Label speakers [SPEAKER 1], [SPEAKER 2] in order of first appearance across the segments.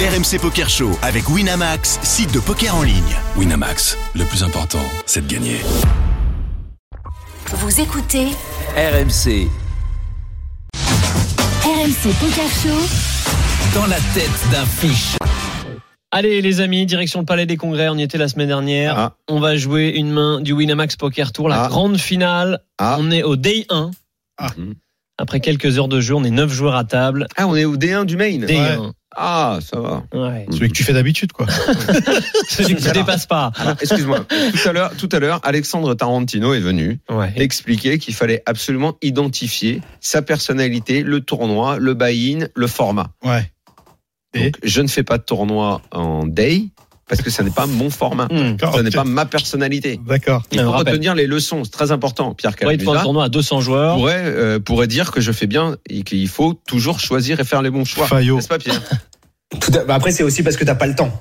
[SPEAKER 1] RMC Poker Show avec Winamax, site de poker en ligne.
[SPEAKER 2] Winamax, le plus important, c'est de gagner.
[SPEAKER 3] Vous écoutez
[SPEAKER 4] RMC,
[SPEAKER 3] RMC Poker Show.
[SPEAKER 4] dans la tête d'un fiche.
[SPEAKER 5] Allez les amis, direction le Palais des Congrès, on y était la semaine dernière.
[SPEAKER 6] Ah.
[SPEAKER 5] On va jouer une main du Winamax Poker Tour, la
[SPEAKER 6] Ah.
[SPEAKER 5] grande finale.
[SPEAKER 6] Ah.
[SPEAKER 5] On est au day 1. Après quelques heures de jeu, on est 9 joueurs à table.
[SPEAKER 6] Ah, on est au D1 du main
[SPEAKER 5] Day
[SPEAKER 7] Ouais.
[SPEAKER 6] 1. Ah, ça va.
[SPEAKER 5] 1. Ouais.
[SPEAKER 7] Celui que tu fais d'habitude, quoi.
[SPEAKER 5] Celui qui ne dépasse pas.
[SPEAKER 6] Alors, excuse-moi. tout à l'heure, tout à l'heure, Alexandre Tarantino est venu
[SPEAKER 5] Ouais.
[SPEAKER 6] expliquer qu'il fallait absolument identifier sa personnalité, le tournoi, le buy-in, le format.
[SPEAKER 7] Ouais. Et
[SPEAKER 6] Donc, je ne fais pas de tournoi en day parce que ça n'est pas mon format.
[SPEAKER 5] Hmm.
[SPEAKER 7] D'accord,
[SPEAKER 6] Ça n'est
[SPEAKER 7] ok.
[SPEAKER 6] pas ma personnalité.
[SPEAKER 7] D'accord.
[SPEAKER 6] Il
[SPEAKER 5] Un
[SPEAKER 6] faut
[SPEAKER 5] rappel.
[SPEAKER 6] retenir les leçons, c'est très important. Pierre
[SPEAKER 5] Ouais, il te faut un
[SPEAKER 6] Calamusa
[SPEAKER 5] tournoi à 200 joueurs.
[SPEAKER 6] pourrait, euh, pourrait dire que je fais bien et qu'il faut toujours choisir et faire les bons choix.
[SPEAKER 7] Fayot.
[SPEAKER 6] N'est-ce pas Pierre
[SPEAKER 8] Tout à- bah après, c'est aussi parce que t'as pas le temps.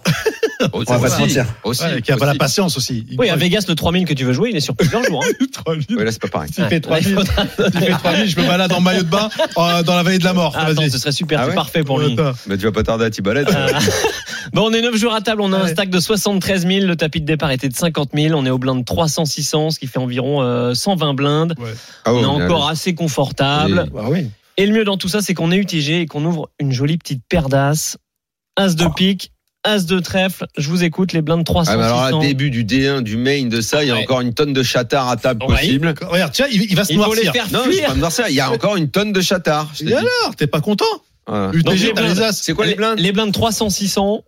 [SPEAKER 6] On
[SPEAKER 8] va pas se mentir.
[SPEAKER 6] Aussi,
[SPEAKER 7] Ouais, qui a pas
[SPEAKER 6] aussi.
[SPEAKER 7] la patience aussi. Il
[SPEAKER 5] Oui, à
[SPEAKER 7] croit-
[SPEAKER 5] Vegas, le 3000 que tu veux jouer, il est sur plusieurs jours. hein.
[SPEAKER 7] 3000.
[SPEAKER 6] Ouais, là, c'est pas pareil.
[SPEAKER 7] S'il
[SPEAKER 5] Ouais.
[SPEAKER 7] fait 3000,
[SPEAKER 5] Ouais, il faudra-
[SPEAKER 7] s'il fait 3000, je me balade en maillot de bain euh, dans la vallée de la mort.
[SPEAKER 5] Ah, attends, ce serait super,
[SPEAKER 6] Ah
[SPEAKER 5] c'est
[SPEAKER 6] ouais
[SPEAKER 5] parfait pour lui.
[SPEAKER 7] Attends.
[SPEAKER 6] Bah, tu vas pas tarder à t'y balader.
[SPEAKER 5] Ah. Bon, on est 9 joueurs à table, on a un
[SPEAKER 7] Ouais.
[SPEAKER 5] stack de 73 000, le tapis de départ était de 50 000, on est au blind 300-600, ce qui fait environ euh, 120 blindes.
[SPEAKER 6] Ah ouais,
[SPEAKER 5] on est
[SPEAKER 6] là,
[SPEAKER 5] encore assez confortable.
[SPEAKER 7] Bah oui.
[SPEAKER 5] Et le mieux dans tout ça, c'est qu'on est UTG et qu'on ouvre une jolie petite paire d'as. As de pique, as de trèfle. Je vous écoute, les blindes 300,
[SPEAKER 6] Ah bah alors là,
[SPEAKER 5] 600.
[SPEAKER 6] début du D1, du main, de ça, il y a
[SPEAKER 5] Ouais.
[SPEAKER 6] encore une tonne de chatards à table
[SPEAKER 5] Ouais.
[SPEAKER 6] possible.
[SPEAKER 7] Regarde, tiens, il, il va se
[SPEAKER 5] Il faut les
[SPEAKER 7] noircir.
[SPEAKER 5] faire
[SPEAKER 6] Non, je suis
[SPEAKER 5] fuir.
[SPEAKER 6] pas me dire ça, il y a encore une tonne de chatards. je t'ai
[SPEAKER 7] Et
[SPEAKER 6] dit.
[SPEAKER 7] alors, t'es pas content
[SPEAKER 6] Voilà.
[SPEAKER 5] Donc, les
[SPEAKER 7] UTG, t'as
[SPEAKER 5] blindes.
[SPEAKER 7] les as.
[SPEAKER 6] C'est quoi les blindes
[SPEAKER 5] Les blindes 300, 600.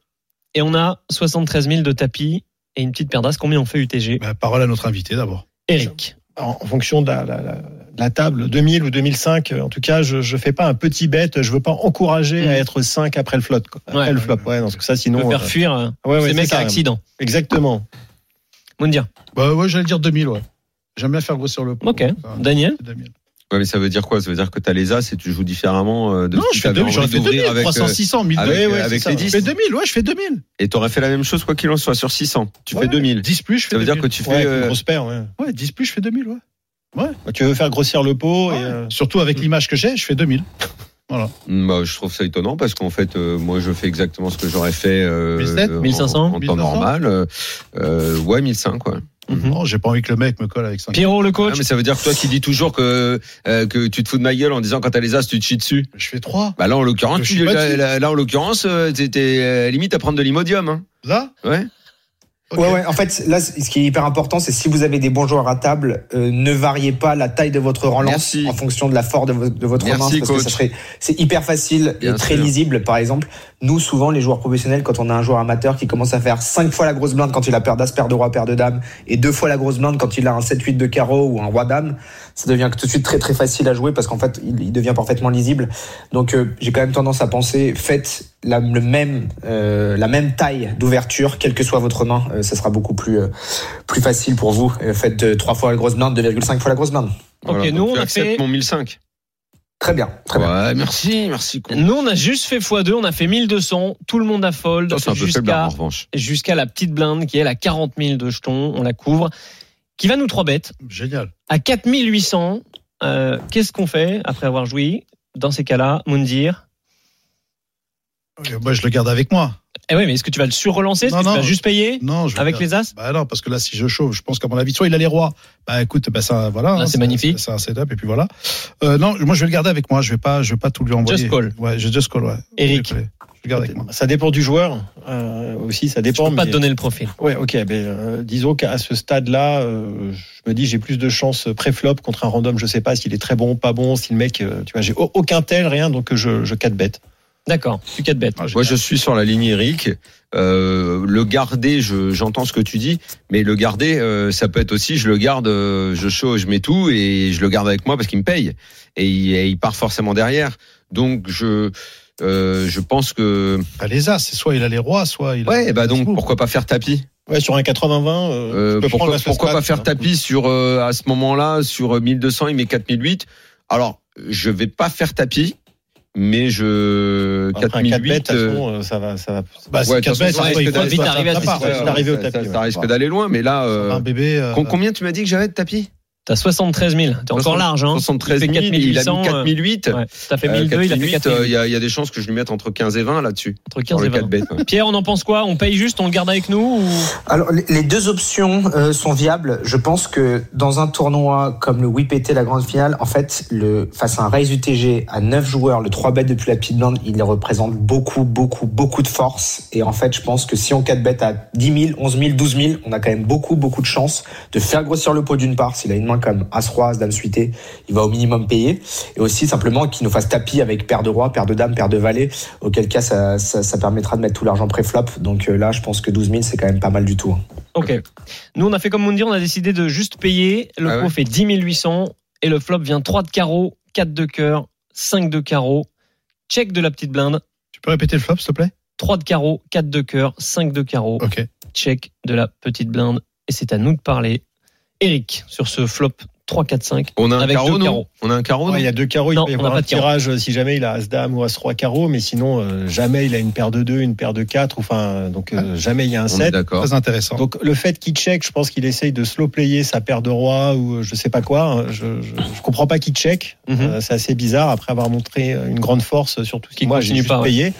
[SPEAKER 5] Et on a 73 000 de tapis et une petite paire d'as. Combien on fait UTG
[SPEAKER 7] Bah, parole à notre invité d'abord.
[SPEAKER 5] Eric.
[SPEAKER 9] en, en fonction de la, la- la- de la table 2000 ou 2005 euh, en tout cas je je fais pas un petit bet je veux pas encourager
[SPEAKER 5] Mhm.
[SPEAKER 9] à être 5 après le flot quoi. après
[SPEAKER 5] Ouais.
[SPEAKER 9] le flop ouais parce que ça
[SPEAKER 5] On peut
[SPEAKER 9] sinon
[SPEAKER 5] faire
[SPEAKER 9] euh,
[SPEAKER 5] fuir euh,
[SPEAKER 9] ouais, ouais,
[SPEAKER 5] ces
[SPEAKER 9] c'est
[SPEAKER 5] mecs
[SPEAKER 9] ça.
[SPEAKER 5] à accident.
[SPEAKER 9] exactement
[SPEAKER 5] Mundia.
[SPEAKER 7] Bah ouais, j'allais dire 2000, ouais. J'aime bien faire grossir le pot.
[SPEAKER 5] Ok.
[SPEAKER 7] Enfin,
[SPEAKER 5] Daniel.
[SPEAKER 7] c'est 2000.
[SPEAKER 6] Ouais, mais ça veut dire quoi Ça veut dire que t'as les as et tu joues différemment euh, de
[SPEAKER 7] Non,
[SPEAKER 6] ce que
[SPEAKER 7] je fais
[SPEAKER 6] t'avais
[SPEAKER 7] 2000, j'aurais
[SPEAKER 6] envie
[SPEAKER 7] fait
[SPEAKER 6] d'ouvrir
[SPEAKER 7] 2000,
[SPEAKER 6] avec,
[SPEAKER 7] 300,
[SPEAKER 6] euh,
[SPEAKER 7] 600, 1000,
[SPEAKER 6] avec,
[SPEAKER 7] ouais, ouais,
[SPEAKER 6] euh, avec
[SPEAKER 7] c'est
[SPEAKER 6] les
[SPEAKER 7] ça.
[SPEAKER 6] 10.
[SPEAKER 7] Je fais 2000, ouais, je fais 2000.
[SPEAKER 6] Et t'aurais fait la même chose quoi qu'il en soit sur 600. Tu fais
[SPEAKER 7] Ouais.
[SPEAKER 6] 2000.
[SPEAKER 7] 10 plus, je fais
[SPEAKER 6] Ça veut dire que
[SPEAKER 7] 2000.
[SPEAKER 6] tu
[SPEAKER 9] Ouais,
[SPEAKER 6] fais
[SPEAKER 9] avec une
[SPEAKER 6] euh,
[SPEAKER 9] grosse paire ouais.
[SPEAKER 7] Ouais, 10 plus, je fais 2000, ouais.
[SPEAKER 9] Bah, tu veux faire grossir le pot
[SPEAKER 7] Ouais.
[SPEAKER 9] et, euh,
[SPEAKER 7] Surtout avec l'image que j'ai, je fais 2000.
[SPEAKER 6] Mm, Bah, je trouve ça étonnant parce qu'en fait, euh, moi, je fais exactement ce que j'aurais fait euh,
[SPEAKER 7] 1007,
[SPEAKER 6] en-
[SPEAKER 5] 1500,
[SPEAKER 6] en, temps normal. euh, euh, ouais, 1500 quoi.
[SPEAKER 7] Non, j'ai pas envie que le mec me colle avec 5.
[SPEAKER 5] Pierrot, le
[SPEAKER 6] Ah,
[SPEAKER 5] coach.
[SPEAKER 6] mais ça veut dire que toi qui dis toujours que euh, que tu te fous de ma gueule en disant quand t'as les as, tu te chies dessus.
[SPEAKER 7] Je fais 3.
[SPEAKER 6] Bah là en l'occurrence,
[SPEAKER 7] Je
[SPEAKER 6] tu-
[SPEAKER 7] suis pas
[SPEAKER 6] là,
[SPEAKER 7] dessus.
[SPEAKER 6] là- là, en l'occurrence, euh, t'étais euh, limite à prendre de l'imodium. Hein.
[SPEAKER 7] Là
[SPEAKER 6] Ouais.
[SPEAKER 7] Ok.
[SPEAKER 8] Ouais, ouais. En fait, là, ce qui est hyper important, c'est si vous avez des bons joueurs à table, euh, ne variez pas la taille de votre relance
[SPEAKER 6] Merci.
[SPEAKER 8] en fonction de la force de, vo- de votre
[SPEAKER 6] Merci,
[SPEAKER 8] relance, parce
[SPEAKER 6] coach.
[SPEAKER 8] que ça serait, c'est hyper facile
[SPEAKER 6] Bien
[SPEAKER 8] et très
[SPEAKER 6] sûr.
[SPEAKER 8] lisible. Par exemple, nous, souvent, les joueurs professionnels, quand on a un joueur amateur qui commence à faire cinq fois la grosse blinde quand il a paire d'as, paire de roi, paire de dame, et deux fois la grosse blinde quand il a un 7-8 de carreau ou un roi dame, ça devient tout de suite très très facile à jouer parce qu'en fait, il, il devient parfaitement lisible. Donc, euh, j'ai quand même tendance à penser, faites la, le même, euh, la même taille d'ouverture, quelle que soit votre main, euh, ça sera beaucoup plus, euh, plus facile pour vous. Euh, faites euh, trois fois la grosse blinde, 2,5 fois la grosse blinde.
[SPEAKER 5] Ok, nous,
[SPEAKER 6] Donc, tu
[SPEAKER 5] on a
[SPEAKER 6] acceptes
[SPEAKER 5] fait-
[SPEAKER 6] mon 1005.
[SPEAKER 8] Très bien, très bien.
[SPEAKER 6] Ouais, merci, merci. con.
[SPEAKER 5] Nous, on a juste fait x2, on a fait 1200. Tout le monde a fold
[SPEAKER 6] Ça, c'est un peu faible hein. en
[SPEAKER 5] jusqu'à
[SPEAKER 6] revanche.
[SPEAKER 5] jusqu'à la petite blinde qui est à 40 000 de jetons. On la couvre. Qui va nous 3 bêtes.
[SPEAKER 7] Génial.
[SPEAKER 5] À 4800, euh, qu'est-ce qu'on fait après avoir joué dans ces cas-là, Moundir
[SPEAKER 7] Euh, Moi, je le garde avec moi.
[SPEAKER 5] Eh oui, mais est-ce que tu vas le surrelancer Est-ce
[SPEAKER 7] Non,
[SPEAKER 5] que tu
[SPEAKER 7] non.
[SPEAKER 5] vas juste payer
[SPEAKER 7] Non, je le
[SPEAKER 5] avec
[SPEAKER 7] garde-
[SPEAKER 5] les As
[SPEAKER 7] Bah non, parce que là, si je chauffe, je pense qu'à mon avis, soit il a les rois. Bah écoute, bah ça, voilà.
[SPEAKER 5] Là, c'est magnifique.
[SPEAKER 7] C'est c'est un setup et puis voilà. Euh, non, moi, je vais le garder avec moi. Je vais pas, je vais pas tout lui envoyer.
[SPEAKER 5] Just call.
[SPEAKER 7] Ouais, je just call, ouais.
[SPEAKER 5] Eric.
[SPEAKER 7] Je vais- je le garde avec moi.
[SPEAKER 9] ça dépend du joueur euh, aussi ça
[SPEAKER 5] Je
[SPEAKER 9] dépend
[SPEAKER 5] peux pas
[SPEAKER 9] mais-
[SPEAKER 5] te donner le profil.
[SPEAKER 9] Ouais, ok. Ben, euh, disons qu'à ce stade-là, euh, je me dis j'ai plus de chances pré-flop contre un random. Je sais pas s'il est très bon, pas bon, si le mec, euh, tu vois, j'ai au- aucun tel, rien, donc euh, je, je 4 bête.
[SPEAKER 5] D'accord, tu 4 bêtes.
[SPEAKER 7] Ah, génial.
[SPEAKER 6] Moi, je suis sur la ligne Eric. Euh, le garder, je- j'entends ce que tu dis, mais le garder, euh, ça peut être aussi, je le garde, euh, je chauffe, je mets tout et je le garde avec moi parce qu'il me paye et il, et il part forcément derrière. Donc, je euh, je pense que
[SPEAKER 7] Bah, les as, c'est soit il a les rois, soit il. A...
[SPEAKER 6] ouais, bah donc pourquoi pas faire tapis.
[SPEAKER 9] Ouais, sur un 80-20, euh,
[SPEAKER 6] Euh,
[SPEAKER 9] tu peux prendre
[SPEAKER 6] pourquoi
[SPEAKER 9] la hein. face
[SPEAKER 6] pourquoi
[SPEAKER 9] plate,
[SPEAKER 6] pas faire
[SPEAKER 9] tu vois.
[SPEAKER 6] tapis sur euh, à ce moment-là sur euh, 1200 il met 4008 alors je vais pas faire tapis mais je
[SPEAKER 9] Après un 4
[SPEAKER 6] 4008
[SPEAKER 9] bête, de toute
[SPEAKER 6] euh,
[SPEAKER 9] façon, euh, ça va, ça va.
[SPEAKER 7] Bah, c'est
[SPEAKER 6] ouais, de
[SPEAKER 7] quatre
[SPEAKER 6] toute
[SPEAKER 7] bêtes,
[SPEAKER 6] façon,
[SPEAKER 7] hein,
[SPEAKER 6] ouais,
[SPEAKER 7] soit
[SPEAKER 6] il
[SPEAKER 7] il
[SPEAKER 6] peut
[SPEAKER 7] faut
[SPEAKER 6] vite
[SPEAKER 7] être
[SPEAKER 5] arriver à
[SPEAKER 7] à
[SPEAKER 5] cette
[SPEAKER 7] part,
[SPEAKER 5] situation.
[SPEAKER 7] ouais,
[SPEAKER 6] ouais,
[SPEAKER 9] d'arriver au
[SPEAKER 6] ça-
[SPEAKER 9] tapis,
[SPEAKER 6] ça
[SPEAKER 9] ouais.
[SPEAKER 6] risque d'aller loin mais là euh,
[SPEAKER 7] Un bébé. euh,
[SPEAKER 6] com- combien tu m'as dit que j'avais de tapis
[SPEAKER 5] T'as 73 000. T'es encore
[SPEAKER 6] 60
[SPEAKER 5] large, hein.
[SPEAKER 6] 73
[SPEAKER 5] Il
[SPEAKER 6] 000,
[SPEAKER 5] fait
[SPEAKER 6] il a
[SPEAKER 5] 4800,
[SPEAKER 6] mis 4008.
[SPEAKER 5] Ouais, T'as fait
[SPEAKER 6] Euh,
[SPEAKER 5] 1002, il a fait
[SPEAKER 6] 4008,
[SPEAKER 5] 4000,
[SPEAKER 6] euh, il y, a- il y a des chances que je lui mette entre 15 et 20 là-dessus.
[SPEAKER 5] entre
[SPEAKER 6] Sur
[SPEAKER 5] 15 et
[SPEAKER 6] le
[SPEAKER 5] 20.
[SPEAKER 6] 4 bêtes. ouais.
[SPEAKER 5] Pierre, on en pense quoi On paye juste, on le garde avec nous ou...
[SPEAKER 8] Alors, les- les deux options euh, sont viables. Je pense que dans un tournoi comme le WIPT, la grande finale, en fait, le, face à un raise UTG à 9 joueurs, le 3 bet depuis la petite blinde, il représente beaucoup, beaucoup, beaucoup de force. Et en fait, je pense que si on 4 bet à 10 000, 11 000, 12 000, on a quand même beaucoup, beaucoup de chance de faire grossir le pot d'une part. S'il a une main comme As-Roi, As-Dame suité, il va au minimum payer. Et aussi, simplement, qu'il nous fasse tapis avec paire de Roi, paire de Dame, paire de Valet auquel cas ça, ça, ça permettra de mettre tout l'argent pré-flop. Donc euh, là, je pense que 12 000, c'est quand même pas mal du tout. hein.
[SPEAKER 5] Ok. Nous, on a fait comme Mundi, on a décidé de juste payer. Le
[SPEAKER 6] Ah
[SPEAKER 5] pot
[SPEAKER 6] ouais.
[SPEAKER 5] fait 10 800 et le flop vient 3 de carreau, 4 de cœur, 5 de carreau. Check de la petite blinde.
[SPEAKER 7] Tu peux répéter le flop, s'il te plaît
[SPEAKER 5] 3 de carreau, 4 de cœur, 5 de carreau.
[SPEAKER 6] Oh.
[SPEAKER 7] Ok.
[SPEAKER 5] Check de la petite blinde. Et c'est à nous de parler. Eric, sur ce flop 3, 4, 5.
[SPEAKER 6] On a un
[SPEAKER 5] Avec
[SPEAKER 6] carreau,
[SPEAKER 5] deux
[SPEAKER 6] non
[SPEAKER 5] carreaux.
[SPEAKER 6] On a un carreau,
[SPEAKER 9] Ouais,
[SPEAKER 6] non
[SPEAKER 9] il y a deux carreaux,
[SPEAKER 5] Non,
[SPEAKER 9] il peut y
[SPEAKER 5] on
[SPEAKER 9] avoir
[SPEAKER 5] n'a pas
[SPEAKER 9] un
[SPEAKER 5] de carreau.
[SPEAKER 9] tirage euh, si jamais il a As-Dame ou As-Roi carreau, mais sinon euh, jamais il a une paire de deux, une paire de quatre, ou enfin donc euh, jamais il y a un
[SPEAKER 6] On est
[SPEAKER 9] 7.
[SPEAKER 6] d'accord.
[SPEAKER 7] Très intéressant.
[SPEAKER 9] Donc le fait qu'il check, je pense qu'il essaye de slow player sa paire de rois ou euh, je sais pas quoi. hein, Je, je, je comprends pas qu'il check.
[SPEAKER 5] Mhm.
[SPEAKER 9] Euh, c'est assez bizarre après avoir montré euh, une grande force, euh, surtout si
[SPEAKER 5] Qu'il
[SPEAKER 9] moi j'ai
[SPEAKER 5] continue
[SPEAKER 9] juste
[SPEAKER 5] pas, ouais.
[SPEAKER 9] payé.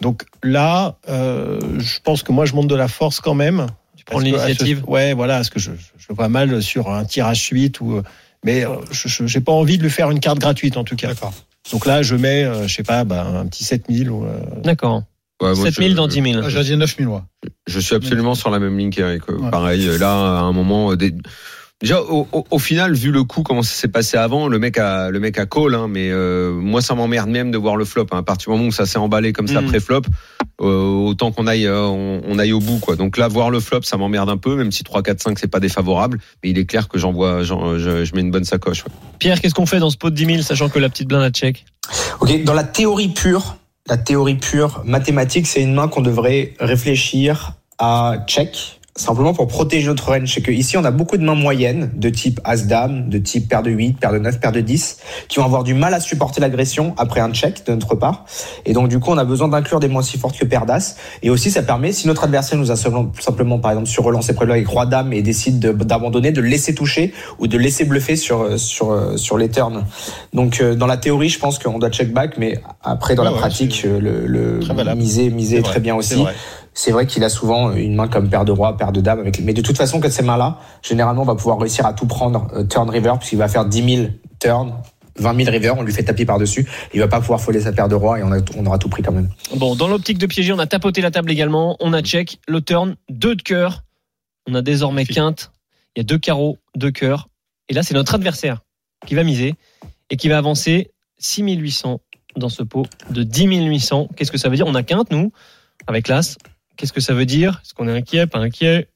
[SPEAKER 9] Donc là, euh, je pense que moi je monte de la force quand même.
[SPEAKER 5] Tu prends
[SPEAKER 9] Parce que à ce-
[SPEAKER 5] l'initiative.
[SPEAKER 9] Ouais, voilà, parce que je, je le vois mal sur un tirage suite ou. Mais euh, je- je j'ai pas envie de lui faire une carte gratuite en tout cas.
[SPEAKER 7] D'accord.
[SPEAKER 9] Donc là, je mets, euh, je sais pas, bah, un petit 7000 ou. euh,
[SPEAKER 5] D'accord.
[SPEAKER 6] Ouais, moi,
[SPEAKER 5] 7
[SPEAKER 6] je-
[SPEAKER 5] 000 dans 10 000.
[SPEAKER 7] Ah, J'ai dit 9000, moi.
[SPEAKER 6] Je suis absolument sur la même ligne qu'Eric. euh,
[SPEAKER 7] Ouais.
[SPEAKER 6] Pareil, euh, là, à un moment. euh, des- Déjà, au, au- au final, vu le coup, comment ça s'est passé avant, le mec a, le mec a call, hein, mais euh, moi, ça m'emmerde même de voir le flop. hein. À partir du moment où ça s'est emballé comme ça,
[SPEAKER 5] Mm.
[SPEAKER 6] pré-flop, euh, autant qu'on aille, euh, on, on aille au bout. quoi. Donc là, voir le flop, ça m'emmerde un peu, même si 3, 4, 5, c'est pas défavorable. Mais il est clair que j'en vois, j'en- je, je mets une bonne sacoche. ouais.
[SPEAKER 5] Pierre, qu'est-ce qu'on fait dans ce pot de 10 000, sachant que la petite blinde a check
[SPEAKER 8] Ok, dans la théorie pure, la théorie pure mathématique, c'est une main qu'on devrait réfléchir à check simplement pour protéger notre range. C'est que ici, on a beaucoup de mains moyennes de type as dame, de type paire de 8, paire de 9, paire de 10 qui vont avoir du mal à supporter l'agression après un check de notre part. Et donc, du coup, on a besoin d'inclure des mains aussi fortes que paire d'as. Et aussi, ça permet, si notre adversaire nous a seulement- simplement, par exemple, sur relance et prélevé avec roi dame et décide de- d'abandonner, de le laisser toucher ou de laisser bluffer sur, sur, sur les turns. Donc euh, dans la théorie, je pense qu'on doit check back, mais après dans
[SPEAKER 9] Ouais,
[SPEAKER 8] la
[SPEAKER 9] ouais,
[SPEAKER 8] pratique,
[SPEAKER 9] c'est
[SPEAKER 8] euh, le, le
[SPEAKER 9] très valable.
[SPEAKER 8] miser, miser
[SPEAKER 9] c'est
[SPEAKER 8] est
[SPEAKER 9] vrai,
[SPEAKER 8] très bien
[SPEAKER 9] c'est
[SPEAKER 8] aussi.
[SPEAKER 9] vrai.
[SPEAKER 8] C'est vrai qu'il a souvent euh, une main comme paire de roi, paire de dame. Avec... Mais de toute façon, que ces mains-là, généralement, on va pouvoir réussir à tout prendre euh, turn river puisqu'il va faire 10 000 turns. 20 000 river, on lui fait tapis par-dessus, il va pas pouvoir foller sa paire de roi et on, a- on aura tout pris quand même.
[SPEAKER 5] Bon, dans l'optique de piéger, on a tapoté la table également. On a check, le turn, deux de cœur. On a désormais quinte. Il y a deux carreaux, deux cœurs. Et là, c'est notre adversaire qui va miser et qui va avancer 6800 dans ce pot de 10 800. Qu'est-ce que ça veut dire On a quinte, nous, avec l'As. Qu'est-ce que ça veut dire Est-ce qu'on est inquiet Pas inquiet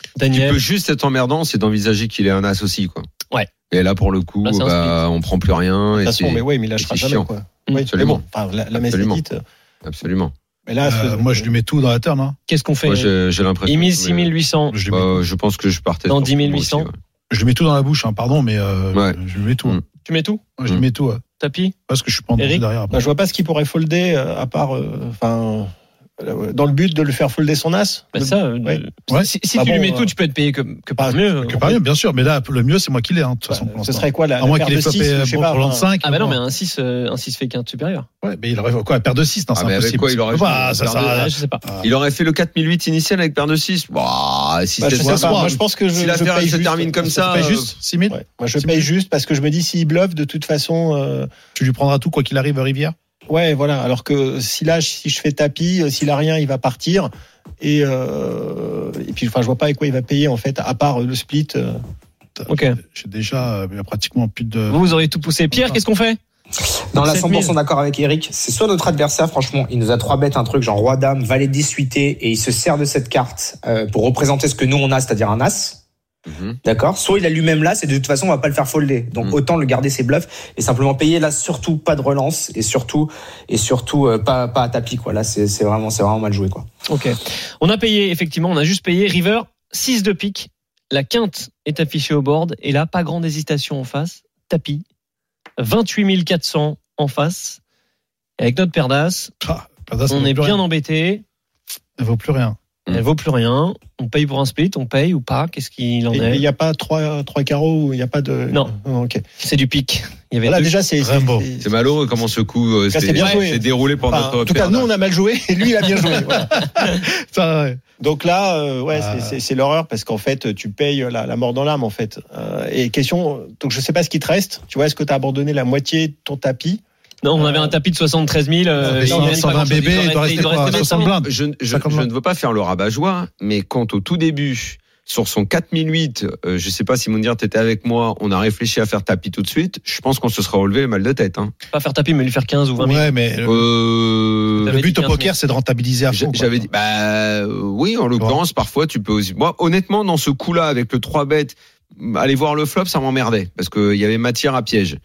[SPEAKER 6] Ce qui
[SPEAKER 5] Daniel
[SPEAKER 6] peut juste être emmerdant, c'est d'envisager qu'il est un as aussi. Quoi.
[SPEAKER 5] Ouais.
[SPEAKER 6] Et là, pour le coup,
[SPEAKER 5] Là, c'est un
[SPEAKER 6] bah, on prend plus rien.
[SPEAKER 9] De
[SPEAKER 6] et
[SPEAKER 9] toute façon,
[SPEAKER 6] c'est-
[SPEAKER 9] mais oui, mais il
[SPEAKER 6] et
[SPEAKER 9] lâchera
[SPEAKER 6] c'est
[SPEAKER 9] jamais
[SPEAKER 6] chiant.
[SPEAKER 9] quoi.
[SPEAKER 5] Mm.
[SPEAKER 9] Oui, mais bon,
[SPEAKER 6] Absolument.
[SPEAKER 9] enfin, la, la messe
[SPEAKER 6] Absolument.
[SPEAKER 9] est dite.
[SPEAKER 6] Absolument.
[SPEAKER 9] Mais là,
[SPEAKER 7] Euh,
[SPEAKER 9] ce-
[SPEAKER 7] moi, je lui mets tout dans la turn. Hein.
[SPEAKER 5] Qu'est-ce qu'on fait
[SPEAKER 6] Moi, j'ai j'ai l'impression.
[SPEAKER 5] Il mise
[SPEAKER 6] que-
[SPEAKER 5] 6800.
[SPEAKER 7] Je, lui mets,
[SPEAKER 6] Euh, je pense que je partais
[SPEAKER 5] Dans
[SPEAKER 6] sur
[SPEAKER 5] 10
[SPEAKER 6] moi
[SPEAKER 5] 800.
[SPEAKER 6] aussi, ouais.
[SPEAKER 7] je lui mets tout dans la bouche, hein, pardon, mais euh,
[SPEAKER 6] Ouais.
[SPEAKER 7] je lui mets tout.
[SPEAKER 6] Mm.
[SPEAKER 5] Tu mets tout
[SPEAKER 7] Moi, Je lui
[SPEAKER 6] Mm.
[SPEAKER 7] mets tout. ouais.
[SPEAKER 5] Tapis
[SPEAKER 7] Parce que je suis pas en danger
[SPEAKER 5] Eric
[SPEAKER 7] derrière. après.
[SPEAKER 9] bah, je vois pas ce qu'il pourrait folder euh, à part, euh, enfin, euh, dans le but de le faire folder son as.
[SPEAKER 5] Bah
[SPEAKER 9] Le-
[SPEAKER 5] ça, euh,
[SPEAKER 9] Ouais.
[SPEAKER 7] Ouais.
[SPEAKER 5] Si, si
[SPEAKER 9] Ah
[SPEAKER 5] tu
[SPEAKER 9] bon,
[SPEAKER 5] lui mets
[SPEAKER 9] euh,
[SPEAKER 5] tout, tu peux être payé que, que par
[SPEAKER 9] Ah,
[SPEAKER 5] mieux.
[SPEAKER 7] Que par rien, bien sûr, mais là, le mieux, c'est moi qui l'ai. Hein, de toute
[SPEAKER 9] bah,
[SPEAKER 7] façon, pour
[SPEAKER 9] ce
[SPEAKER 7] l'instant.
[SPEAKER 9] serait quoi la,
[SPEAKER 7] à
[SPEAKER 9] la
[SPEAKER 7] moins
[SPEAKER 9] paire
[SPEAKER 7] qu'il ait
[SPEAKER 9] de six,
[SPEAKER 7] flopé
[SPEAKER 9] ou
[SPEAKER 7] euh,
[SPEAKER 9] je sais
[SPEAKER 7] pour
[SPEAKER 9] pas,
[SPEAKER 7] l'an
[SPEAKER 9] enfin,
[SPEAKER 7] 5.
[SPEAKER 5] Ah bah non, mais un 6, euh, un 6 fait quinte supérieur.
[SPEAKER 7] Ouais, mais il aurait bah, quoi Paire de 6 Non,
[SPEAKER 6] Ah,
[SPEAKER 7] c'est
[SPEAKER 6] mais avec
[SPEAKER 7] impossible.
[SPEAKER 6] quoi il aurait
[SPEAKER 7] Ah,
[SPEAKER 6] joué
[SPEAKER 7] bah, ça
[SPEAKER 6] Paire
[SPEAKER 7] sert
[SPEAKER 6] de-
[SPEAKER 7] à-
[SPEAKER 5] Ah, je sais pas.
[SPEAKER 6] Il aurait fait le 4008 initial avec paire de 6. Bah, si
[SPEAKER 9] bah, je
[SPEAKER 6] c'était
[SPEAKER 9] sais
[SPEAKER 6] ça,
[SPEAKER 9] pas. Moi, je pense que je,
[SPEAKER 6] si
[SPEAKER 9] je
[SPEAKER 6] l'affaire
[SPEAKER 9] paye
[SPEAKER 6] elle se
[SPEAKER 9] juste.
[SPEAKER 6] termine comme ça,
[SPEAKER 7] Tu payes
[SPEAKER 6] euh,
[SPEAKER 7] juste 6 000
[SPEAKER 9] Ouais. Moi, je paye juste parce que je me dis s'il bluffe, de toute façon, euh,
[SPEAKER 7] Tu lui prendras tout, quoi qu'il arrive, à Rivière
[SPEAKER 9] Ouais, voilà. Alors que si là, si je fais tapis, euh, s'il a rien, il va partir. Et, euh, et puis, enfin, je vois pas avec quoi il va payer, en fait, à part euh, le split. euh.
[SPEAKER 5] Ok.
[SPEAKER 7] J'ai déjà euh, pratiquement plus de.
[SPEAKER 5] Vous, vous aurez tout poussé. Pierre, qu'est-ce qu'on fait
[SPEAKER 8] Dans la
[SPEAKER 5] 7000.
[SPEAKER 8] 100% d'accord avec Eric, c'est soit notre adversaire, franchement, il nous a trois bêtes, un truc genre roi dame, valet 18 et il se sert de cette carte euh, pour représenter ce que nous on a, c'est-à-dire un as.
[SPEAKER 6] Mhm.
[SPEAKER 8] D'accord Soit il a lui-même l'as et de toute façon on va pas le faire folder. Donc
[SPEAKER 6] Mhm.
[SPEAKER 8] autant le garder ses bluffs et simplement payer là surtout pas de relance et surtout et surtout euh, pas pas à tapis quoi. Là c'est c'est vraiment c'est vraiment mal joué quoi.
[SPEAKER 5] Ok. On a payé, effectivement, on a juste payé. River, 6 de pique. La quinte est affichée au board. Et là, pas grande hésitation en face. Tapis. 28 400 en face. Et avec notre paire d'as,
[SPEAKER 7] Ah, Perdas, ça
[SPEAKER 5] on
[SPEAKER 7] vaut
[SPEAKER 5] est
[SPEAKER 7] plus
[SPEAKER 5] bien
[SPEAKER 7] rien. Hmm.
[SPEAKER 5] embêté.
[SPEAKER 7] Ça vaut plus rien.
[SPEAKER 5] Elle vaut plus rien. On paye pour un split, on paye ou pas Qu'est-ce qu'il en
[SPEAKER 9] Et Il
[SPEAKER 5] est
[SPEAKER 9] n'y a pas trois, trois carreaux, il n'y a pas de. Ah,
[SPEAKER 5] Non.
[SPEAKER 9] ok.
[SPEAKER 5] C'est du pic. Il y avait
[SPEAKER 9] Voilà,
[SPEAKER 5] deux-
[SPEAKER 9] déjà, c'est. c'est-
[SPEAKER 7] Rimbaud.
[SPEAKER 9] c'est-
[SPEAKER 6] C'est malheureux comment ce coup euh,
[SPEAKER 9] Ça, c'est
[SPEAKER 6] s'est
[SPEAKER 9] bien joué.
[SPEAKER 6] s'est déroulé pendant euh,
[SPEAKER 9] Enfin,
[SPEAKER 6] notre
[SPEAKER 9] en tout cas,
[SPEAKER 6] période.
[SPEAKER 9] nous, on a mal joué et lui, il a bien joué. voilà.
[SPEAKER 7] Ça, ouais.
[SPEAKER 9] Donc là, euh, ouais,
[SPEAKER 7] Ah.
[SPEAKER 9] c'est- c'est- c'est l'horreur parce qu'en fait, tu payes la, la mort dans l'âme, en fait. Euh, et question, donc je sais pas ce qui te reste. Tu vois, est-ce que tu as abandonné la moitié de ton tapis
[SPEAKER 5] Non, on
[SPEAKER 7] Euh,
[SPEAKER 5] avait un tapis de 73 000. euh,
[SPEAKER 7] Mais
[SPEAKER 5] il
[SPEAKER 9] non,
[SPEAKER 5] reste pas
[SPEAKER 7] 120
[SPEAKER 5] grand-chose.
[SPEAKER 7] bébés, il doit rester quoi
[SPEAKER 5] même
[SPEAKER 7] 60
[SPEAKER 5] pas.
[SPEAKER 7] blindes.
[SPEAKER 6] Je, je,
[SPEAKER 7] Cinquante
[SPEAKER 6] je
[SPEAKER 7] blindes.
[SPEAKER 6] ne veux pas faire le rabat-joie, mais quand au tout début, sur son 4008, euh, je sais pas si Mounir t'étais avec moi, on a réfléchi à faire tapis tout de suite. Je pense qu'on se sera relevé le mal de tête. Hein.
[SPEAKER 5] Pas faire tapis, mais lui faire 15 ou 20 000.
[SPEAKER 7] Ouais, mais le,
[SPEAKER 6] Euh,
[SPEAKER 5] T'avais
[SPEAKER 7] le but
[SPEAKER 5] dit
[SPEAKER 7] au
[SPEAKER 5] 15
[SPEAKER 7] poker, c'est de rentabiliser à
[SPEAKER 6] J'a-
[SPEAKER 7] fond. quoi.
[SPEAKER 6] J'avais dit, bah euh, oui, en l'occurrence, parfois tu peux aussi. Moi, honnêtement, dans ce coup-là, avec le 3 bêtes, aller voir le flop, ça m'emmerdait parce qu'il y avait matière à piège.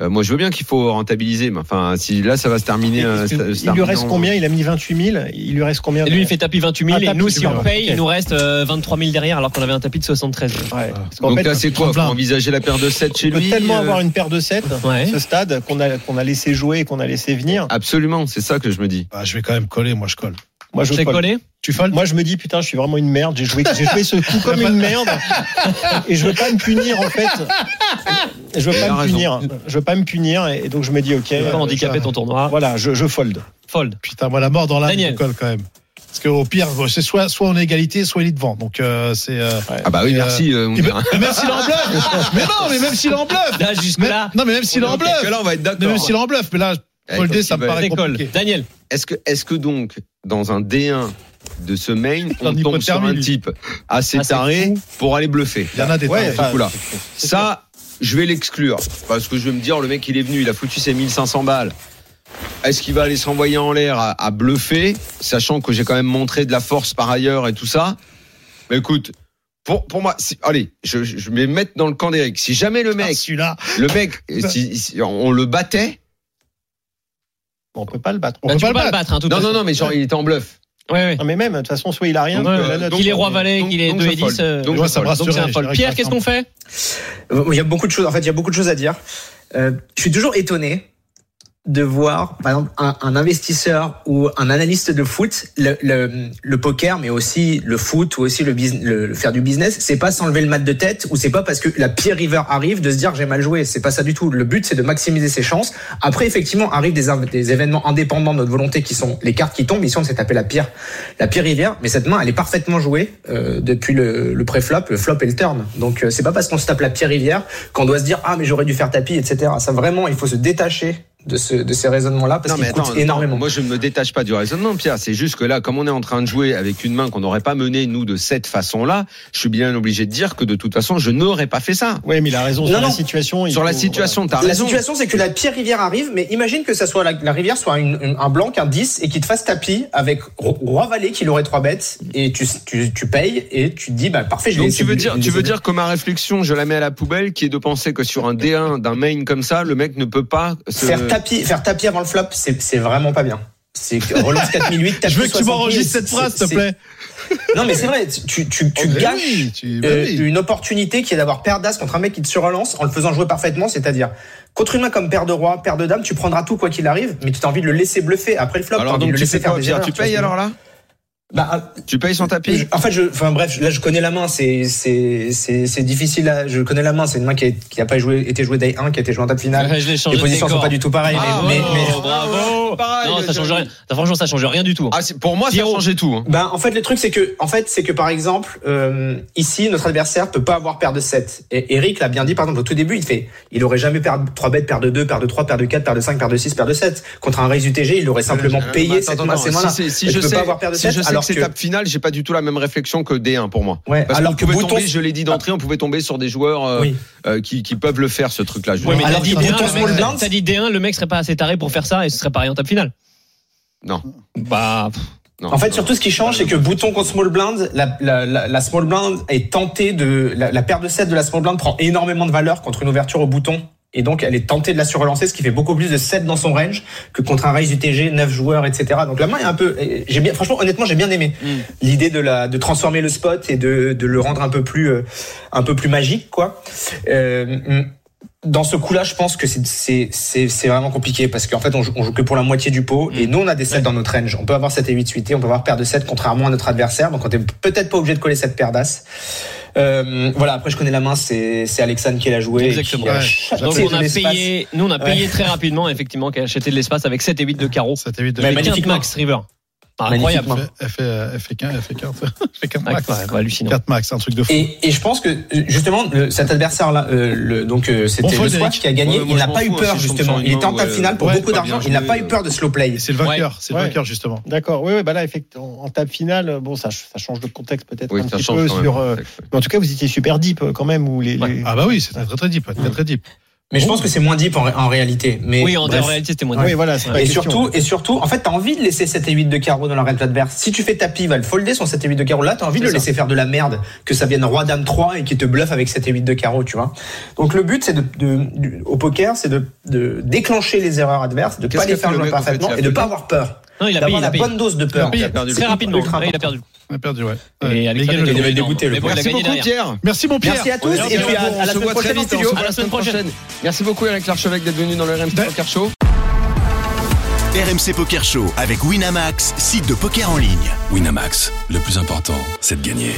[SPEAKER 6] Euh, moi, je veux bien qu'il faut rentabiliser, mais enfin, si là, ça va se terminer. euh, ça- se
[SPEAKER 9] Il lui
[SPEAKER 6] terminer
[SPEAKER 9] reste
[SPEAKER 6] en-
[SPEAKER 9] combien Il a mis 28 000. Il lui reste combien
[SPEAKER 5] Et lui, il fait tapis 28 000.
[SPEAKER 9] Ah,
[SPEAKER 5] et
[SPEAKER 9] tapis,
[SPEAKER 5] nous,
[SPEAKER 9] tu
[SPEAKER 5] si
[SPEAKER 9] vois,
[SPEAKER 5] on paye,
[SPEAKER 9] ok.
[SPEAKER 5] il nous reste euh, 23 000 derrière, alors qu'on avait un tapis de 73 000.
[SPEAKER 9] Ouais. Parce qu'en
[SPEAKER 6] Donc
[SPEAKER 9] fait,
[SPEAKER 6] là, c'est quoi Faut
[SPEAKER 7] tremplin.
[SPEAKER 6] envisager la paire de 7 chez
[SPEAKER 9] on peut
[SPEAKER 6] lui
[SPEAKER 9] tellement
[SPEAKER 6] euh,
[SPEAKER 9] avoir une paire de 7
[SPEAKER 5] Ouais.
[SPEAKER 9] ce stade qu'on a, qu'on a laissé jouer et qu'on a laissé venir.
[SPEAKER 6] Absolument, c'est ça que je me dis.
[SPEAKER 7] Ah, je vais quand même coller, moi je colle.
[SPEAKER 9] Moi, je
[SPEAKER 5] J'ai
[SPEAKER 9] colle.
[SPEAKER 5] collé
[SPEAKER 7] Tu folles
[SPEAKER 9] Moi, je me dis, putain, je suis vraiment une merde. J'ai joué, j'ai joué ce coup comme une merde. Et je veux pas me punir, en fait. Je veux
[SPEAKER 6] Il a
[SPEAKER 9] pas me
[SPEAKER 6] raison.
[SPEAKER 9] punir. Je veux pas me punir. Et donc, je me dis, ok.
[SPEAKER 5] T'as
[SPEAKER 9] euh,
[SPEAKER 5] pas handicapé
[SPEAKER 9] je-
[SPEAKER 5] ton tournoi.
[SPEAKER 9] Voilà, je, je fold.
[SPEAKER 5] Fold.
[SPEAKER 7] Putain, moi la mort dans la
[SPEAKER 5] Daniel.
[SPEAKER 7] je colle quand même. Parce qu'au pire, c'est soit, soit on est égalité, soit il est devant. Donc euh, c'est. euh,
[SPEAKER 6] Ah bah oui,
[SPEAKER 7] Et, euh,
[SPEAKER 6] merci. euh, mon
[SPEAKER 7] et
[SPEAKER 6] gars.
[SPEAKER 7] me- Même s'il en bluffe Mais non, mais même s'il en bluffe
[SPEAKER 5] Là,
[SPEAKER 7] Mais-
[SPEAKER 5] jusque-là.
[SPEAKER 7] Non, mais même s'il
[SPEAKER 6] Ok,
[SPEAKER 7] en
[SPEAKER 6] que
[SPEAKER 7] bluffe
[SPEAKER 6] là, on va être
[SPEAKER 7] Mais Même
[SPEAKER 6] d'accord.
[SPEAKER 7] s'il en bluffe, mais là,
[SPEAKER 6] Eh,
[SPEAKER 7] folder,
[SPEAKER 6] comme
[SPEAKER 7] ça
[SPEAKER 6] tu
[SPEAKER 7] me
[SPEAKER 6] veux.
[SPEAKER 7] paraît
[SPEAKER 5] Décolle.
[SPEAKER 7] compliqué.
[SPEAKER 5] Daniel,
[SPEAKER 6] Est-ce que, est-ce que donc, dans un D1 de ce main, on
[SPEAKER 7] Dans
[SPEAKER 6] tombe sur
[SPEAKER 7] l'hypothermie,
[SPEAKER 6] un
[SPEAKER 7] lui.
[SPEAKER 6] type assez
[SPEAKER 5] Ah, c'est
[SPEAKER 6] taré pour aller bluffer
[SPEAKER 7] Il y en a des
[SPEAKER 9] Ouais,
[SPEAKER 7] tarés.
[SPEAKER 9] enfin,
[SPEAKER 6] coup-là. Ça, je vais l'exclure. Parce que je vais me dire, le mec, il est venu, il a foutu ses 1500 balles. Est-ce qu'il va aller s'envoyer en l'air à, à bluffer, sachant que j'ai quand même montré de la force par ailleurs et tout ça Mais écoute, pour, pour moi, si- allez, je, je vais me mettre dans le camp d'Eric. Si jamais le
[SPEAKER 7] Ah,
[SPEAKER 6] mec,
[SPEAKER 7] Celui-là,
[SPEAKER 6] le mec, si- si on le battait.
[SPEAKER 9] on peut pas le battre.
[SPEAKER 7] on
[SPEAKER 5] Bah,
[SPEAKER 7] peut
[SPEAKER 5] tu
[SPEAKER 7] pas
[SPEAKER 5] peux
[SPEAKER 7] le
[SPEAKER 5] pas le
[SPEAKER 7] battre.
[SPEAKER 5] battre, hein, tout
[SPEAKER 6] Non, non, non, mais genre, il était en bluff.
[SPEAKER 5] Ouais, ouais.
[SPEAKER 9] Non, mais même, de toute façon, soit il a rien.
[SPEAKER 5] Donc, euh,
[SPEAKER 9] soit il a neuf.
[SPEAKER 5] donc il est roi valet,
[SPEAKER 6] donc-
[SPEAKER 5] qu'il est
[SPEAKER 6] donc
[SPEAKER 5] 2
[SPEAKER 6] je
[SPEAKER 5] et 10.
[SPEAKER 6] fold.
[SPEAKER 5] euh,
[SPEAKER 6] Donc
[SPEAKER 7] Moi,
[SPEAKER 6] je
[SPEAKER 7] ça me
[SPEAKER 6] fold.
[SPEAKER 5] Donc c'est un
[SPEAKER 7] rassurait,
[SPEAKER 5] fold.
[SPEAKER 7] je
[SPEAKER 5] Pierre,
[SPEAKER 7] dirais
[SPEAKER 5] qu'est-ce qu'on fait
[SPEAKER 8] Euh, Il y a beaucoup de choses. En fait, il y a beaucoup de choses à dire. Euh, je suis toujours étonné de voir, par exemple, un, un investisseur ou un analyste de foot, le, le- le poker, mais aussi le foot ou aussi le, business, le, le faire du business, c'est pas s'enlever le mat de tête ou c'est pas parce que la pire river arrive de se dire j'ai mal joué. C'est pas ça du tout. Le but, c'est de maximiser ses chances. Après, effectivement, arrivent des, inv- des événements indépendants de notre volonté qui sont les cartes qui tombent. Ici, on s'est tapé la pire, la pire rivière, mais cette main, elle est parfaitement jouée euh, depuis le, le pré-flop, le flop et le turn. Donc, euh, c'est pas parce qu'on se tape la pire rivière qu'on doit se dire ah mais j'aurais dû faire tapis, etc. Ça vraiment, il faut se détacher de, ce, de ces raisonnements-là parce
[SPEAKER 6] Non, mais
[SPEAKER 8] qu'ils coûtent
[SPEAKER 6] attends,
[SPEAKER 8] énormément.
[SPEAKER 6] Moi, je ne me détache pas du raisonnement, Pierre. C'est juste que là, comme on est en train de jouer avec une main qu'on n'aurait pas menée, nous, de cette façon-là, je suis bien obligé de dire que de toute façon, je n'aurais pas fait ça.
[SPEAKER 9] Ouais, mais il a raison
[SPEAKER 8] Non,
[SPEAKER 9] sur la
[SPEAKER 8] non.
[SPEAKER 9] situation. il
[SPEAKER 6] Sur la
[SPEAKER 9] faut-
[SPEAKER 6] situation, t'as
[SPEAKER 8] la
[SPEAKER 6] raison.
[SPEAKER 8] situation, c'est que la pire rivière arrive, mais imagine que ça soit la, la rivière soit une- une- un blanc, un 10, et qu'il te fasse tapis avec Ro- Roi Valet qui l'aurait 3 bêtes, et tu, tu, tu payes, et tu te dis, bah parfait, je l'ai
[SPEAKER 6] Donc
[SPEAKER 8] laissé-
[SPEAKER 6] tu veux dire,
[SPEAKER 8] je l'ai
[SPEAKER 6] tu veux
[SPEAKER 8] laissé-
[SPEAKER 6] dire que ma réflexion, je la mets à la poubelle, qui est de penser que sur un D1 d'un main comme ça, le mec ne peut pas se...
[SPEAKER 8] Faire tapis, faire tapis avant le flop, c'est c'est vraiment pas bien. C'est que relance 4008, tapis
[SPEAKER 7] Je veux que tu
[SPEAKER 8] 60 000,
[SPEAKER 7] m'enregistres cette
[SPEAKER 8] c'est-
[SPEAKER 7] phrase, s'il te
[SPEAKER 8] c'est-
[SPEAKER 7] plaît.
[SPEAKER 8] Non, mais c'est vrai, tu, tu, tu
[SPEAKER 7] Oh, mais
[SPEAKER 8] gâches.
[SPEAKER 7] oui, tu-
[SPEAKER 6] Eh
[SPEAKER 7] bah
[SPEAKER 8] Euh,
[SPEAKER 7] oui.
[SPEAKER 8] une opportunité qui est d'avoir paire d'as contre un mec qui te surrelance en le faisant jouer parfaitement, c'est-à-dire contre une main comme paire de roi, paire de dame, tu prendras tout quoi qu'il arrive, mais tu as envie de le laisser bluffer après le flop, t'as
[SPEAKER 6] Alors
[SPEAKER 8] envie de
[SPEAKER 6] donc
[SPEAKER 8] le
[SPEAKER 6] tu
[SPEAKER 8] laisser
[SPEAKER 6] fais
[SPEAKER 8] faire
[SPEAKER 6] quoi,
[SPEAKER 8] des
[SPEAKER 6] Pierre
[SPEAKER 8] erreurs.
[SPEAKER 6] Tu
[SPEAKER 8] tu vois ce
[SPEAKER 6] payes
[SPEAKER 8] que je veux
[SPEAKER 6] alors là
[SPEAKER 8] dire Bah,
[SPEAKER 6] Tu payes son tapis
[SPEAKER 8] je- En fait, je, enfin bref, là je connais la main, c'est c'est c'est c'est difficile. À, je connais la main, c'est une main qui, est- qui a pas joué, été jouée day 1, qui a été jouée en table finale.
[SPEAKER 5] Ouais, Je l'ai changé
[SPEAKER 8] Les
[SPEAKER 5] de
[SPEAKER 8] positions sont
[SPEAKER 5] décor.
[SPEAKER 8] pas du tout pareilles.
[SPEAKER 6] Ah,
[SPEAKER 8] mais,
[SPEAKER 5] bravo,
[SPEAKER 8] mais-
[SPEAKER 5] bravo.
[SPEAKER 6] Pareil,
[SPEAKER 5] Non, ça
[SPEAKER 6] je-
[SPEAKER 5] change rien. Ça, Franchement, ça change rien du tout.
[SPEAKER 6] Ah, c'est- pour moi, ça a
[SPEAKER 5] Pierrot.
[SPEAKER 6] changé tout. hein.
[SPEAKER 8] Ben, en fait, le truc, c'est que, en fait, c'est que, par exemple, euh, ici, notre adversaire peut pas avoir paire de 7. Et Eric l'a bien dit, par exemple, au tout début, il fait, il aurait jamais paire 3 bêtes, paire de 2, paire de 3, paire de 4, paire de 5, paire de 6, paire de 7. Contre un raise UTG, il aurait simplement
[SPEAKER 6] Euh,
[SPEAKER 8] payé
[SPEAKER 6] attends,
[SPEAKER 8] cette
[SPEAKER 6] attends,
[SPEAKER 8] main, ces mains-là.
[SPEAKER 6] Si, c'est- si
[SPEAKER 8] Et
[SPEAKER 6] je
[SPEAKER 8] tu peux
[SPEAKER 6] sais,
[SPEAKER 8] pas avoir paire de
[SPEAKER 6] si
[SPEAKER 8] sept,
[SPEAKER 6] je sais
[SPEAKER 8] alors
[SPEAKER 6] que c'est
[SPEAKER 8] que-
[SPEAKER 6] étape finale, j'ai pas du tout la même réflexion que D1 pour moi.
[SPEAKER 8] Ouais,
[SPEAKER 6] Parce
[SPEAKER 8] alors
[SPEAKER 6] qu'on
[SPEAKER 8] que
[SPEAKER 6] pouvait
[SPEAKER 8] Bouton- Ah.
[SPEAKER 6] tomber, je l'ai dit d'entrée, on pouvait tomber sur des joueurs euh,
[SPEAKER 8] Oui.
[SPEAKER 6] euh, qui, qui peuvent le faire ce truc-là. je-
[SPEAKER 5] Ouais, mais t'as
[SPEAKER 8] Alors,
[SPEAKER 5] dit
[SPEAKER 8] il
[SPEAKER 5] D1,
[SPEAKER 8] retourne
[SPEAKER 5] le
[SPEAKER 8] sur le
[SPEAKER 5] mec-
[SPEAKER 8] blind.
[SPEAKER 5] t'as dit D1, le mec serait pas assez taré pour faire ça et ce serait pareil en table finale.
[SPEAKER 6] Non.
[SPEAKER 5] Bah, pff,
[SPEAKER 6] Non,
[SPEAKER 8] En fait,
[SPEAKER 6] non.
[SPEAKER 8] surtout, ce qui change, c'est que bouton contre small blind, la, la, la, la small blind est tentée de, la, la paire de 7 de la small blind prend énormément de valeur contre une ouverture au bouton. Et donc, elle est tentée de la surrelancer, ce qui fait beaucoup plus de 7 dans son range que contre un raise UTG, 9 joueurs, etc. Donc, la main est un peu, eh, j'ai bien, franchement, honnêtement, j'ai bien aimé
[SPEAKER 6] Mm.
[SPEAKER 8] l'idée de la, de transformer le spot et de, de le rendre un peu plus, euh, un peu plus magique, quoi. Euh, dans ce coup-là, je pense que c'est- c'est c'est- c'est vraiment compliqué parce qu'en fait, on joue, on joue que pour la moitié du pot
[SPEAKER 6] Mm.
[SPEAKER 8] et nous, on a des sets dans notre range. On peut avoir 7 et 8 suité, on peut avoir paire de 7 contrairement à notre adversaire. Donc, on n'est peut-être pas obligé de coller cette paire d'as. Euh, voilà, après, je connais la main, c'est c'est Alexandre qui l'a joué.
[SPEAKER 5] Exactement.
[SPEAKER 8] Et qui a
[SPEAKER 7] Ouais.
[SPEAKER 8] chassé
[SPEAKER 5] Donc
[SPEAKER 8] de
[SPEAKER 5] on a
[SPEAKER 8] l'espace.
[SPEAKER 5] payé, nous on a payé très rapidement effectivement qui a acheté de l'espace avec 7 et 8 de carreau.
[SPEAKER 7] Ça t'évite de.
[SPEAKER 8] Mais
[SPEAKER 5] Avec
[SPEAKER 8] Bah, magnifiquement.
[SPEAKER 5] 15 max River. Ah, incroyable.
[SPEAKER 8] Magnifiquement.
[SPEAKER 7] Elle fait, elle fait 15, elle fait 15, elle fait 15
[SPEAKER 5] Ah,
[SPEAKER 7] max.
[SPEAKER 5] ouais, ouais, hallucinant.
[SPEAKER 7] 4 max, un truc de fou.
[SPEAKER 8] Et, et je pense que justement le- cet adversaire-là, euh, le- donc euh,
[SPEAKER 7] Bon,
[SPEAKER 8] c'était
[SPEAKER 7] faut
[SPEAKER 8] le
[SPEAKER 7] dire
[SPEAKER 8] Swatch qui a gagné,
[SPEAKER 6] Ouais, moi,
[SPEAKER 8] il
[SPEAKER 6] je
[SPEAKER 8] n'a
[SPEAKER 6] m'en
[SPEAKER 8] pas eu
[SPEAKER 6] fous, hein,
[SPEAKER 8] peur
[SPEAKER 6] si je tombe
[SPEAKER 8] justement.
[SPEAKER 6] sur un
[SPEAKER 8] Il était en
[SPEAKER 6] humain,
[SPEAKER 8] table
[SPEAKER 6] ouais,
[SPEAKER 8] finale pour
[SPEAKER 7] ouais,
[SPEAKER 8] beaucoup
[SPEAKER 6] pas
[SPEAKER 8] d'argent,
[SPEAKER 6] bien
[SPEAKER 8] il n'a
[SPEAKER 6] joué,
[SPEAKER 8] pas
[SPEAKER 6] euh.
[SPEAKER 8] eu peur de slow play.
[SPEAKER 7] Et c'est le vainqueur, c'est le
[SPEAKER 9] Ouais.
[SPEAKER 7] vainqueur justement.
[SPEAKER 9] D'accord, oui, oui, bah là, effectivement, en table finale, bon, ça, ça change de contexte peut-être
[SPEAKER 6] Oui,
[SPEAKER 9] un
[SPEAKER 6] ça
[SPEAKER 9] petit
[SPEAKER 6] change
[SPEAKER 9] peu
[SPEAKER 6] quand même.
[SPEAKER 9] sur. euh, mais en tout cas, vous étiez super deep euh, quand même, où les.
[SPEAKER 5] Ouais.
[SPEAKER 9] les-
[SPEAKER 7] Ah bah oui, c'est très très deep, très très deep.
[SPEAKER 8] Mais
[SPEAKER 6] Oh.
[SPEAKER 8] je pense que c'est moins deep en, ré- en réalité. Mais
[SPEAKER 5] Oui, en, en
[SPEAKER 8] bref. Ah
[SPEAKER 5] réalité c'était moins
[SPEAKER 9] Oui,
[SPEAKER 5] de-
[SPEAKER 9] voilà, c'est pas
[SPEAKER 8] Et
[SPEAKER 9] la question.
[SPEAKER 8] surtout, et surtout, en fait, t'as envie de laisser 7 et 8 de carreau dans la range adverse. Si tu fais tapis, il va le folder son 7 et 8 de carreau. Là, t'as envie de le laisser faire de la merde, que ça vienne roi dame 3 et qu'il te bluffe avec 7 et 8 de carreau, tu vois. Donc le but, c'est de, de- du- au poker, c'est de, de déclencher les erreurs adverses, de
[SPEAKER 6] Qu'est-ce
[SPEAKER 8] pas les
[SPEAKER 6] qu'a fait
[SPEAKER 8] faire
[SPEAKER 6] le
[SPEAKER 8] jouer
[SPEAKER 6] mec, en fait
[SPEAKER 8] parfaitement
[SPEAKER 6] Il a
[SPEAKER 8] et de
[SPEAKER 6] fait
[SPEAKER 8] pas
[SPEAKER 6] le-
[SPEAKER 8] avoir peur.
[SPEAKER 5] Non, il a payé, il
[SPEAKER 8] D'avoir la
[SPEAKER 5] a payé.
[SPEAKER 8] bonne dose de peur.
[SPEAKER 6] Il a perdu
[SPEAKER 5] Très
[SPEAKER 6] le-
[SPEAKER 5] rapidement,
[SPEAKER 8] Ultra
[SPEAKER 5] Ouais, il a
[SPEAKER 8] important.
[SPEAKER 5] perdu.
[SPEAKER 7] On a perdu, ouais.
[SPEAKER 5] Et
[SPEAKER 7] Ouais.
[SPEAKER 5] Alexandre
[SPEAKER 7] Les gars,
[SPEAKER 5] était
[SPEAKER 8] devait être
[SPEAKER 5] dedans.
[SPEAKER 8] dégoûté, le
[SPEAKER 5] Mais bon, il
[SPEAKER 8] pauvre.
[SPEAKER 5] a
[SPEAKER 6] Merci
[SPEAKER 5] gagné
[SPEAKER 6] beaucoup,
[SPEAKER 5] derrière.
[SPEAKER 6] Pierre.
[SPEAKER 7] Merci mon Pierre.
[SPEAKER 8] Merci à tous et puis à, à
[SPEAKER 6] on
[SPEAKER 8] la
[SPEAKER 6] se voit
[SPEAKER 8] semaine
[SPEAKER 6] très
[SPEAKER 8] prochaine en
[SPEAKER 6] vite.
[SPEAKER 8] studio.
[SPEAKER 6] On se voit
[SPEAKER 5] À la semaine prochaine.
[SPEAKER 6] Merci beaucoup, Eric Larchevêque, d'être venu dans le
[SPEAKER 8] Ben,
[SPEAKER 6] RMC Poker Show.
[SPEAKER 1] RMC Poker Show avec Winamax, site de poker en ligne.
[SPEAKER 2] Winamax, le plus important, c'est de gagner.